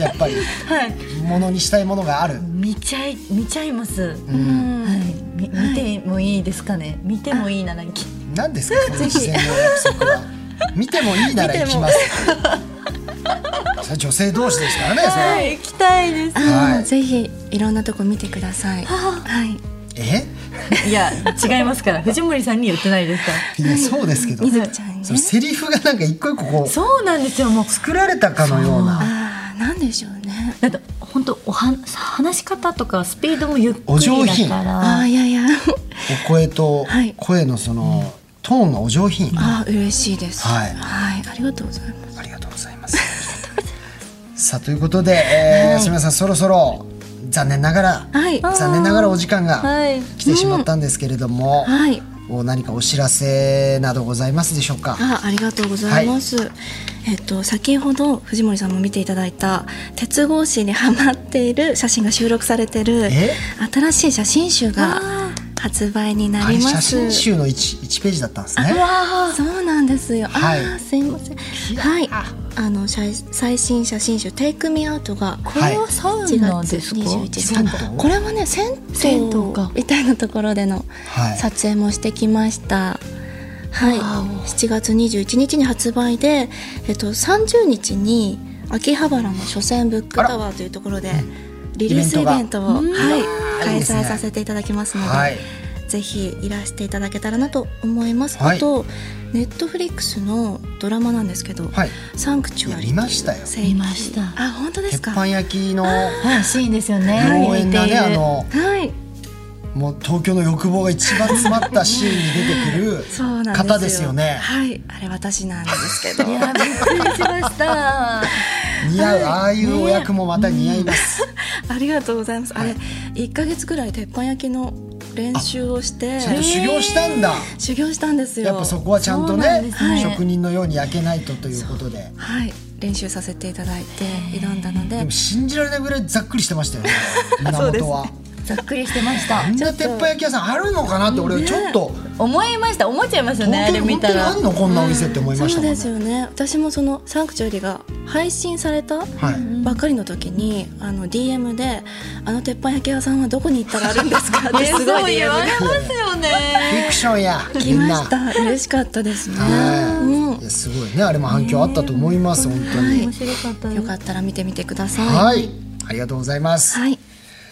S2: やっぱり
S3: はい
S2: ものにしたいものがある、
S3: 見ちゃい見ちゃいます、
S2: うん
S3: はいみ見てもいいですかね見てもいいなら行き
S2: 何ですかその自然の約束は見てもいいなら行きますそれ女性同士ですからねそれは、
S3: はい行きたいです
S4: あ
S2: は
S4: の
S2: い
S4: ぜひいろんなとこ見てくださいはい
S2: え
S3: いや違います から藤森さんに言ってないですか
S2: いやそうですけど
S4: 水木ちゃんにね
S2: そのセリフがなんか一個一個こ
S3: ら
S2: う
S3: そうなんですよもう
S2: 作られたかのような
S4: ああなんでしょうね
S3: だって本当おは話し方とかスピードもゆっく
S2: お上
S3: り
S2: 品
S3: だから
S4: ああいやいや
S2: お声と
S4: はい
S2: 声のそのトーンがお上品、
S4: ああ嬉しいです
S2: はい
S4: はいありがとうございます
S2: ありがとうございます。さあということで、えーすみませんそろそろ残念ながら、
S4: はい
S2: 残念ながらお時間が
S3: はい
S2: 来てしまったんですけれども、
S4: はい
S2: お何かお知らせなどございますでしょうか。
S4: あありがとうございます、えっと先ほど藤森さんも見ていただいた鉄格子にはまっている写真が収録されてる
S2: え
S4: 新しい写真集が発売にな
S2: あ
S4: り
S2: れ
S4: ま
S2: 写
S4: す
S2: 真集の一一ページだったんですね。
S4: そうなんですよ、
S2: はい
S4: あーすいませんはいあの最最新写真集「Take Me Out」が
S3: これはサウ
S4: 7
S3: ナ
S4: 月
S3: ですか、
S4: 21日、
S2: 銭湯
S4: あこれはね銭
S3: 銭湯
S4: 湯
S3: か
S4: みたいなところでの
S2: はい
S4: 撮影もしてきましたはい、7月21日に発売で、えっと、30日に秋葉原の書店ブックタワーというところでリリースイベントを、
S3: イベントが
S4: はい、
S2: うんいい
S4: 開
S2: ですね
S4: 催させていただきますので、
S2: はい。
S4: ぜひいらしていただけたらなと思います、
S2: はい
S4: あとネットフリックスのドラマなんですけど「
S2: はい
S4: サンクチュアリ」
S2: いや見ましたよ
S4: 聖域
S3: 見ました
S4: あ本当です
S2: 鉄
S4: か
S2: 板
S4: はい
S2: 焼きの
S3: はいシーンですよね
S2: 農園がねあの
S4: そ
S2: もう東京の欲望が一番詰まったシーンに 出てく
S4: う
S2: る
S4: なんですよ
S2: 方ですよね。
S4: はいあれ私なんですけど
S3: いやびっくりしました
S2: 似合うああいうお役もまた似合います。
S4: ありがとうございますあれ1か月ぐらい鉄板焼きの練習をして
S2: ちゃんと修行したんだ。
S4: 修行したんですよ
S2: やっぱそこはちゃんと
S3: そうな
S2: ね
S3: んですね
S2: 職人のように焼けないとということで
S4: はい練習させていただいて挑んだの
S2: で
S4: で
S2: も信じられないぐらいざっくりしてましたよね
S4: そうで
S2: 源
S4: すね
S2: は
S3: ざっくりしてました
S2: あんな鉄板焼き屋さんあるのかなって俺ちょっと
S3: 思いました思っちゃいますよねあ
S2: 東
S3: れ
S2: 京に
S3: 見
S2: 本当
S3: た
S2: に
S3: ら
S2: あんのこんなお店って思いまし
S4: そ
S2: た
S4: う
S2: もん
S4: で
S2: ね
S4: すよね私もそのサンクチュアリが配信された
S2: はい
S4: ばっかりの時にあの DM で「あの鉄板焼き屋さんはどこに行ったらあるんで すか?」ってすごい DM が
S3: ますよね
S2: フィクションやみ
S4: 来
S2: ん
S4: ま
S2: な
S4: した嬉しかったですね、
S2: はいいやすごいねあれも反響あったと思います本当に
S3: 面白かった
S4: うん、よかったら見てみてください
S2: はいありがとうございます
S4: はい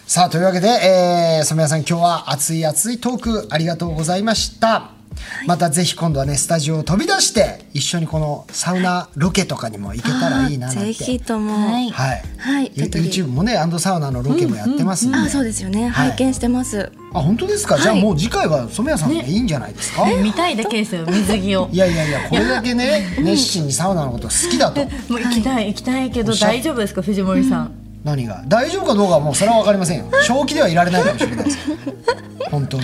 S2: さあというわけで、えー、染谷さん今日は熱い熱いトークありがとうございました、またぜひ今度はねスタジオを飛び出して一緒にこのサウナロケとかにも行けたらいいななんて、は
S4: ぜ
S2: い
S4: ひとも
S3: はい
S4: はい
S2: ユ
S4: ちょっとり
S2: YouTube もねアンドサウナのロケもやってますんで、
S4: あそうですよね、
S2: はい
S4: 拝見してます
S2: あ本当ですか、じゃあもう次回は染谷さんでいいんじゃないですか、
S3: 見たいだけですよ水着を
S2: いやいやいやこれだけね熱心にサウナのこと好きだと
S3: もう行きたい行きたいけど
S2: おっしゃ
S3: 大丈夫ですか藤森さん
S2: 何が大丈夫かどうかはもうそれは分かりませんよ正気ではいられないかもしれないですよ本当に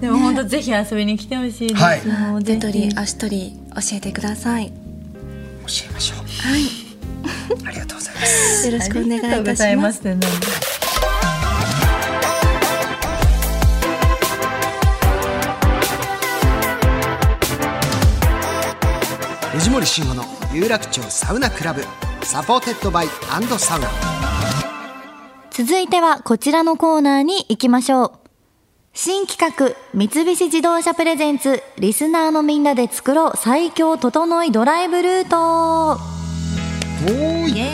S3: でも本当ぜひ遊びに来てほしいで
S2: はい
S3: すもう
S4: 手
S3: ぜ
S4: 取
S3: ひ
S4: り足取り教えてください
S2: 教えましょうはい ありがとうございます
S4: よろしくお願いい
S3: ありがとうご
S4: た
S3: ざ
S4: し
S3: い
S4: ま
S3: ますすなんか
S2: 藤森慎吾の有楽町サウナクラブサポーテッドバイサウナ
S3: 続いてはこちらのコーナーに行きましょう。
S5: 新企画、三菱自動車プレゼンツ、リスナーのみんなで作ろう最強整いドライブルート。
S2: おー
S3: イ
S2: い
S3: エ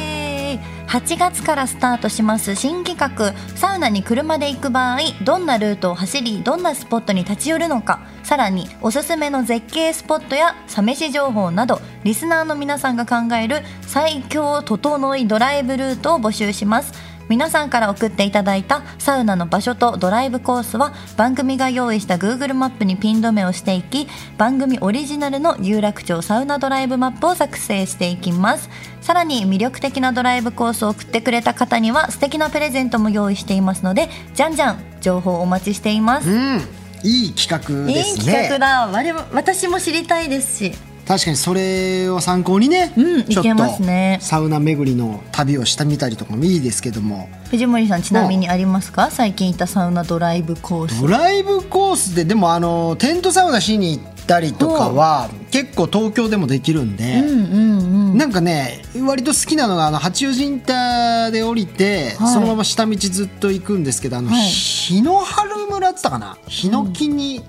S3: ーイ8月からスタートします新企画サウナに車で行く場合どんなルートを走りどんなスポットに立ち寄るのかさらにおすすめの絶景スポットやサ飯情報などリスナーの皆さんが考える最強整いドライブルートを募集します皆さんから送っていただいたサウナの場所とドライブコースは番組が用意した Google マップにピン止めをしていき番組オリジナルの有楽町サウナドライブマップを作成していきますさらに魅力的なドライブコースを送ってくれた方には素敵なプレゼントも用意していますのでじゃんじゃん情報をお待ちしています、
S2: うんいい企画で
S3: いい
S2: すね
S3: 企画だ我々私も知りたいですし
S2: 確かにそれを参考にね、
S3: うん
S2: ちょっ
S3: いけ
S2: と
S3: ますね
S2: サウナ巡りの旅をしたみたりとかもいいですけども
S3: 藤森さんちなみにありますか最近行ったサウナドライブコース
S2: ドライブコースででもあのテントサウナしに行ったりとかは結構東京でもできるんで、なんかね割と好きなのがあの八王子インターで降りて、
S3: はい
S2: そのまま下道ずっと行くんですけどあの、
S3: はい
S2: 日の原村っつったかな日の木に、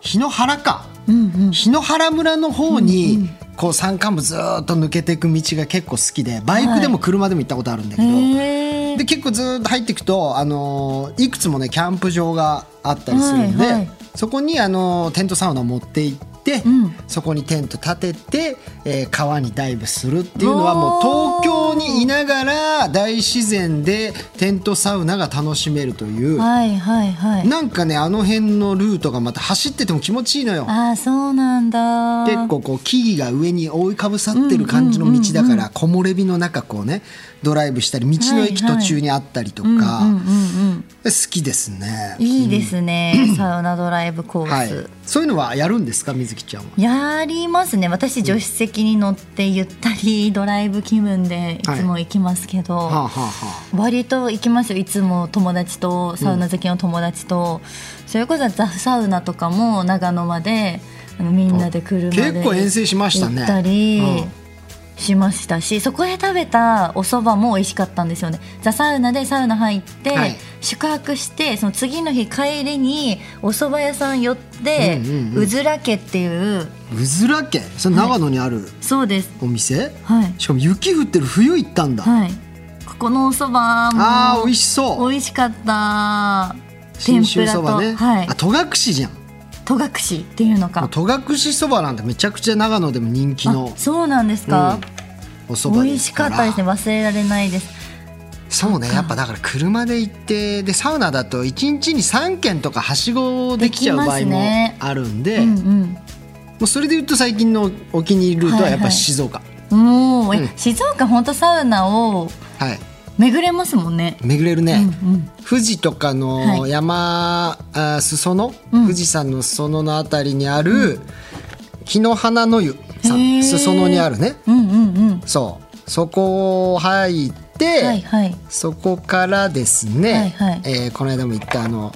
S2: 日の原か、日の原村の方に、こう山間部ずーっと抜けていく道が結構好きでバイクでも車でも行ったことあるんだけど、
S3: へー
S2: で結構ずーっと入っていくと、あのーいくつもねキャンプ場があったりするんで、
S3: はいはい
S2: そこに、あのーテントサウナを持って行って、そこにテント立てて、えー川にダイブするっていうのはもう東京にいながら大自然でテントサウナが楽しめるという、
S3: はいはいはい
S2: なんかねあの辺のルートがまた走ってても気持ちいいのよ。
S3: ああそうなんだ
S2: 結構こう木々が上に覆いかぶさってる感じの道だから木漏れ日の中こうねドライブしたり道の駅途中にあったりとか好きですね。
S3: いいですね、 サウナドライブコ
S2: は
S3: ー
S2: い
S3: ス、、
S2: そういうのはやるんですか水木ちゃんは。
S3: やりますね私助手席に乗ってゆったりドライブ気分でいつも行きますけど、
S2: はあはあは
S3: 割と行きますよいつも友達とサウナ好きの友達と、それこそザ・サウナとかも長野まであのみんなで車で
S2: 結構遠征しましたね
S3: 行ったり
S2: うん
S3: しましたし、そこで食べたお蕎麦も美味しかったんですよねザ・サウナでサウナ入って、
S2: はい
S3: 宿泊してその次の日帰りにお蕎麦屋さん寄って、
S2: う
S3: う
S2: う
S3: ん
S2: ん
S3: ずら家っていう
S2: あ。うずら家それ長野にある
S3: そうです
S2: お店、
S3: はい
S2: しかも雪降ってる冬行ったんだ。
S3: はいここのお蕎麦も
S2: ああ美味しそう。
S3: 美味しかった天
S2: 信州
S3: ぷら
S2: そ
S3: と、
S2: ばね。
S3: はい
S2: あ戸隠じゃん。
S3: 戸隠っていうのか
S2: 戸隠そばなんてめちゃくちゃ長野でも人気の
S3: あそうなんですか、
S2: お蕎麦
S3: 美
S2: で
S3: 味
S2: す
S3: し
S2: か。
S3: からったですね忘れられないです
S2: そうねやっぱだから車で行ってでサウナだと1日に3軒とかはしごできちゃう場
S3: できま
S2: 合
S3: す
S2: も
S3: ね
S2: あるんで
S3: うん
S2: もうそれで言うと最近のお気に入りルートはやっぱ静岡はい、
S3: うんもう、え
S2: うん
S3: 静岡本当サウナを巡れますもんね
S2: 巡れるね、
S3: うんうん
S2: 富士とかの
S3: は
S2: 山、あ裾野、
S3: ん
S2: 富士山の裾野のあたりにある木の花の湯さ
S3: へ
S2: ん
S3: ー
S2: 裾野にあるね
S3: うんうんうん
S2: そうそこを入って、
S3: はいはい
S2: そこからですね、
S3: はいはい
S2: えーこの間も言ったあの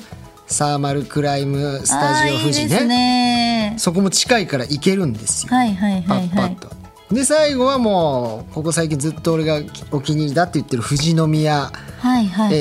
S2: サーマルクライムスタジオ
S3: あー
S2: 富
S3: い
S2: 士
S3: い
S2: ね
S3: ですね
S2: そこも近いから行けるんですよ、
S3: はいはいはい
S2: パ
S3: は
S2: ッ
S3: い
S2: パッと。で最後はもうここ最近ずっと俺がお気に入りだって言ってる富士宮、
S3: はいはいはい、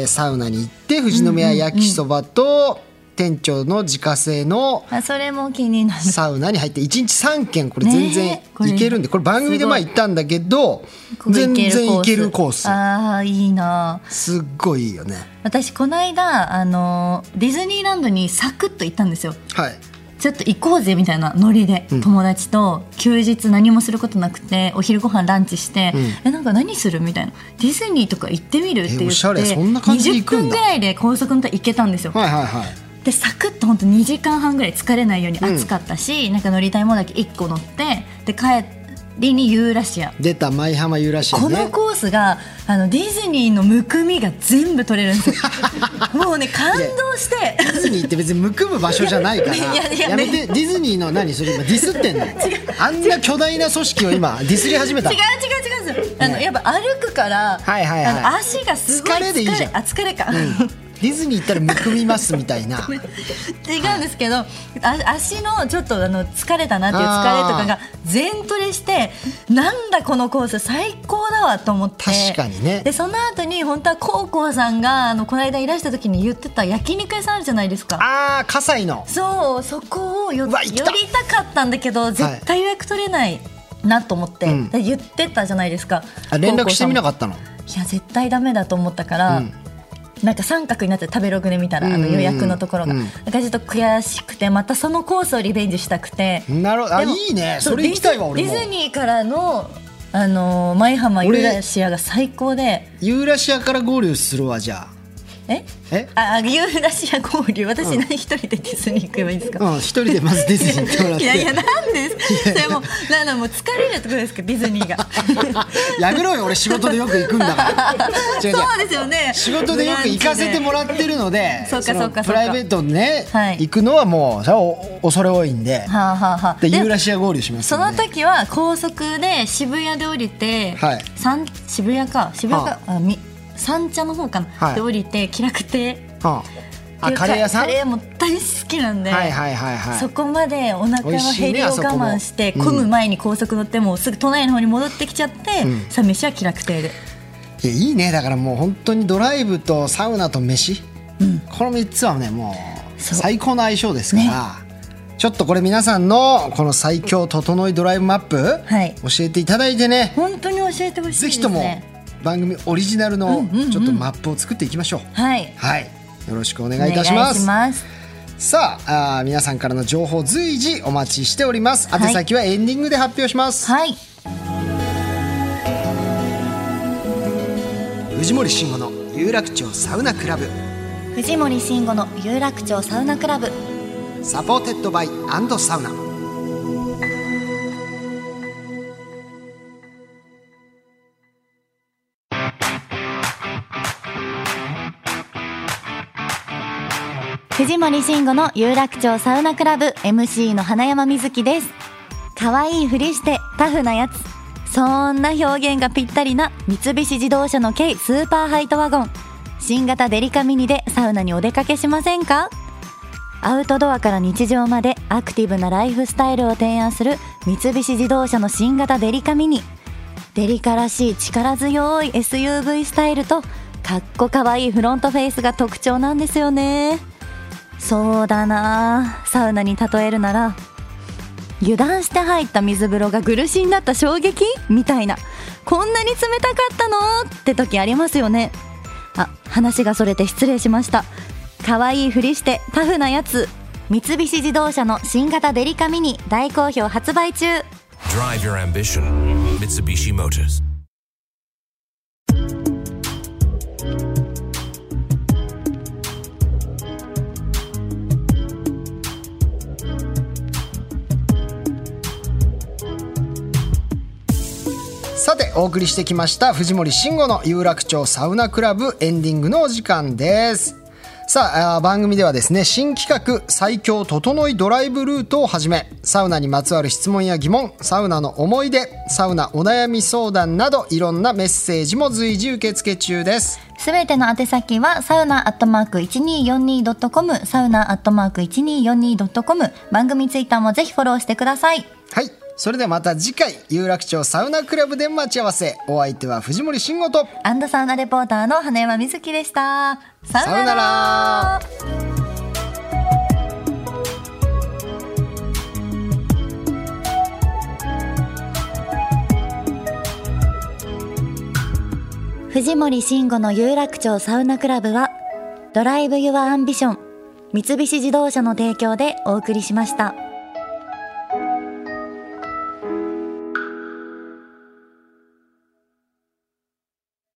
S2: えーサウナに行って富士宮焼きそばと店長の自家製の
S3: あそれも気になる
S2: サウナに入って1日3軒これ全然
S3: ねえこれ
S2: 行けるんでこれ番組でまあ行ったんだけど
S3: ここ行
S2: 全
S3: ける
S2: 然
S3: コース
S2: 行けるコース
S3: ああいいな
S2: すっごいいいよね
S3: 私この間あのディズニーランドにサクッと行ったんですよ
S2: はい
S3: ちょっと行こうぜみたいなノリで、
S2: うん
S3: 友達と休日何もすることなくてお昼ご飯ランチして、
S2: う
S3: えなんか何するみたいなディズニーとか行ってみるって言って
S2: おしゃれそんな感じで行くんだ
S3: 20分ぐらいで高速のとこ行けたんですよ、
S2: はいはいはい
S3: でサクッと本当2時間半ぐらい疲れないように
S2: うん
S3: 暑かったし、なんか乗りたいものだけ1個乗ってで帰りにユーラシア
S2: 出た舞浜ユーラシア
S3: この
S2: ね
S3: コースがあのディズニーのむくみが全部取れるん ですよもうね感動して
S2: ディズニーって別にむくむ場所じゃないから
S3: いやいやいや
S2: やめてディズニーの何それ今ディスってんのあんな巨大な組織を今ディスり始めた
S3: 違う違う違うんですよあの、やっぱ歩くから、
S2: はいはいはい
S3: あの足がすごい
S2: 疲れでいいじゃん
S3: あ疲れか、
S2: うんディズニー行ったらむくみますみたいな
S3: 違うんですけどあ足のちょっとあの疲れたなっていう疲れとかが全トレしてなんだこのコース最高だわと思って
S2: 確かにね
S3: でその後に本当はコウコウさんがあのこの間いらした時に言ってた焼肉屋さんあるじゃないですか
S2: あー葛西の
S3: そうそこをよ
S2: う
S3: 寄
S2: わ行
S3: り
S2: きた
S3: たかったんだけど絶対予約取れないなと思って、
S2: うん
S3: で言ってたじゃないですか
S2: あ連絡してみなか
S3: っ
S2: ったの
S3: たいや絶対ダメだと思ったから、
S2: うん
S3: なんか三角になって食べログで見たら、
S2: うんうん
S3: あ
S2: うん
S3: の予約のところが、
S2: うん
S3: なんかちょっと悔しくてまたそのコースをリベンジしたくて、
S2: なるほどあ
S3: でも
S2: いいね
S3: う
S2: それ行きたいわ
S3: デ
S2: 俺
S3: ィ
S2: も
S3: ズディズニーからの、あのー舞浜ユーラシアが最高で
S2: ユーラシアから合流するわじゃあ
S3: え
S2: え
S3: ああユーラシア合流私何、一人でディズニー行けばいいんですか、
S2: うん一人でまずディズニー行ってもらっ
S3: いやいや
S2: て
S3: なんですそれもなんだもう疲れるところですかディズニ ーが
S2: やめろよ俺仕事でよく行くんだ から違う違う
S3: そうですよね
S2: 仕事でよく行かせて もらってるので
S3: そうかそうか
S2: の
S3: そうか
S2: プライベートにね、
S3: はい
S2: 行くのはもうそれはお恐れ多いんで
S3: はあはあはあ
S2: で
S3: で
S2: ユーラシア合流します
S3: そ
S2: よね
S3: の時は高速で渋谷で降りて、
S2: はい
S3: 三渋谷か渋谷か、あ、み三茶の方かな、
S2: はい
S3: で降りて気楽亭
S2: はあ、あ
S3: で
S2: カレー屋さん
S3: カレーも大好きなんで、
S2: はいはいはいはい
S3: そこまでお腹
S2: 美
S3: の
S2: 味しいね
S3: 減りを
S2: あそこ
S3: 我
S2: も
S3: 慢して
S2: うん
S3: 混む前に高速乗ってもうすぐ都内の方に戻ってきちゃって、
S2: うん
S3: さあ飯は気楽亭で
S2: いやいいねだからもう本当にドライブとサウナと飯、この3つはねもう
S3: そう
S2: 最高の相性ですから、ちょっとこれ皆さんのこの最強整いドライブマップ、
S3: はい
S2: 教えていただいてね
S3: 本当に教えてほしいですね
S2: ぜひとも番組オリジナルのちょっとマップを作っていきましょう、
S3: はい
S2: はいよろしくお願いいたします
S3: お願いします
S2: さああー皆さんからの情報随時お待ちしております
S3: い
S2: 宛先はエンディングで発表します、
S3: はい
S2: 藤森慎吾の有楽町サウナクラブ
S5: 藤森慎吾の有楽町サウナクラブ
S2: サポーテッドバイサウナ
S5: 藤森慎吾の有楽町サウナクラブ MC の花山瑞希です可愛いふりしてタフなやつそんな表現がぴったりな三菱自動車の軽スーパーハイトワゴン新型デリカミニでサウナにお出かけしませんかアウトドアから日常までアクティブなライフスタイルを提案する三菱自動車の新型デリカミニデリカらしい力強い SUV スタイルとかっこかわいいフロントフェイスが特徴なんですよねそうだなあサウナに例えるなら油断して入った水風呂が苦しになった衝撃みたいなこんなに冷たかったのって時ありますよねあ話がそれて失礼しました可愛いふりしてタフなやつ三菱自動車の新型デリカミニ大好評発売中
S6: Drive your ambition. Mitsubishi Motors.
S2: さてお送りしてきました藤森慎吾の有楽町サウナクラブエンディングのお時間ですさああー番組ではですね新企画「最強整いドライブルート」をはじめサウナにまつわる質問や疑問サウナの思い出サウナお悩み相談などいろんなメッセージも随時受付中です
S3: すべての宛先はサウナアットマーク 1242.com サウナアットマーク 1242.com 番組ツイッターもぜひフォローしてください
S2: はいそれではまた次回有楽町サウナクラブで待ち合わせお相手は藤森慎吾と
S3: アンドサウナレポーターの花山瑞希でしたさよ
S2: さよな
S3: なら
S2: ら
S5: 藤森慎吾の有楽町サウナクラブはドライブ・ユア・アンビション三菱自動車の提供でお送りしました。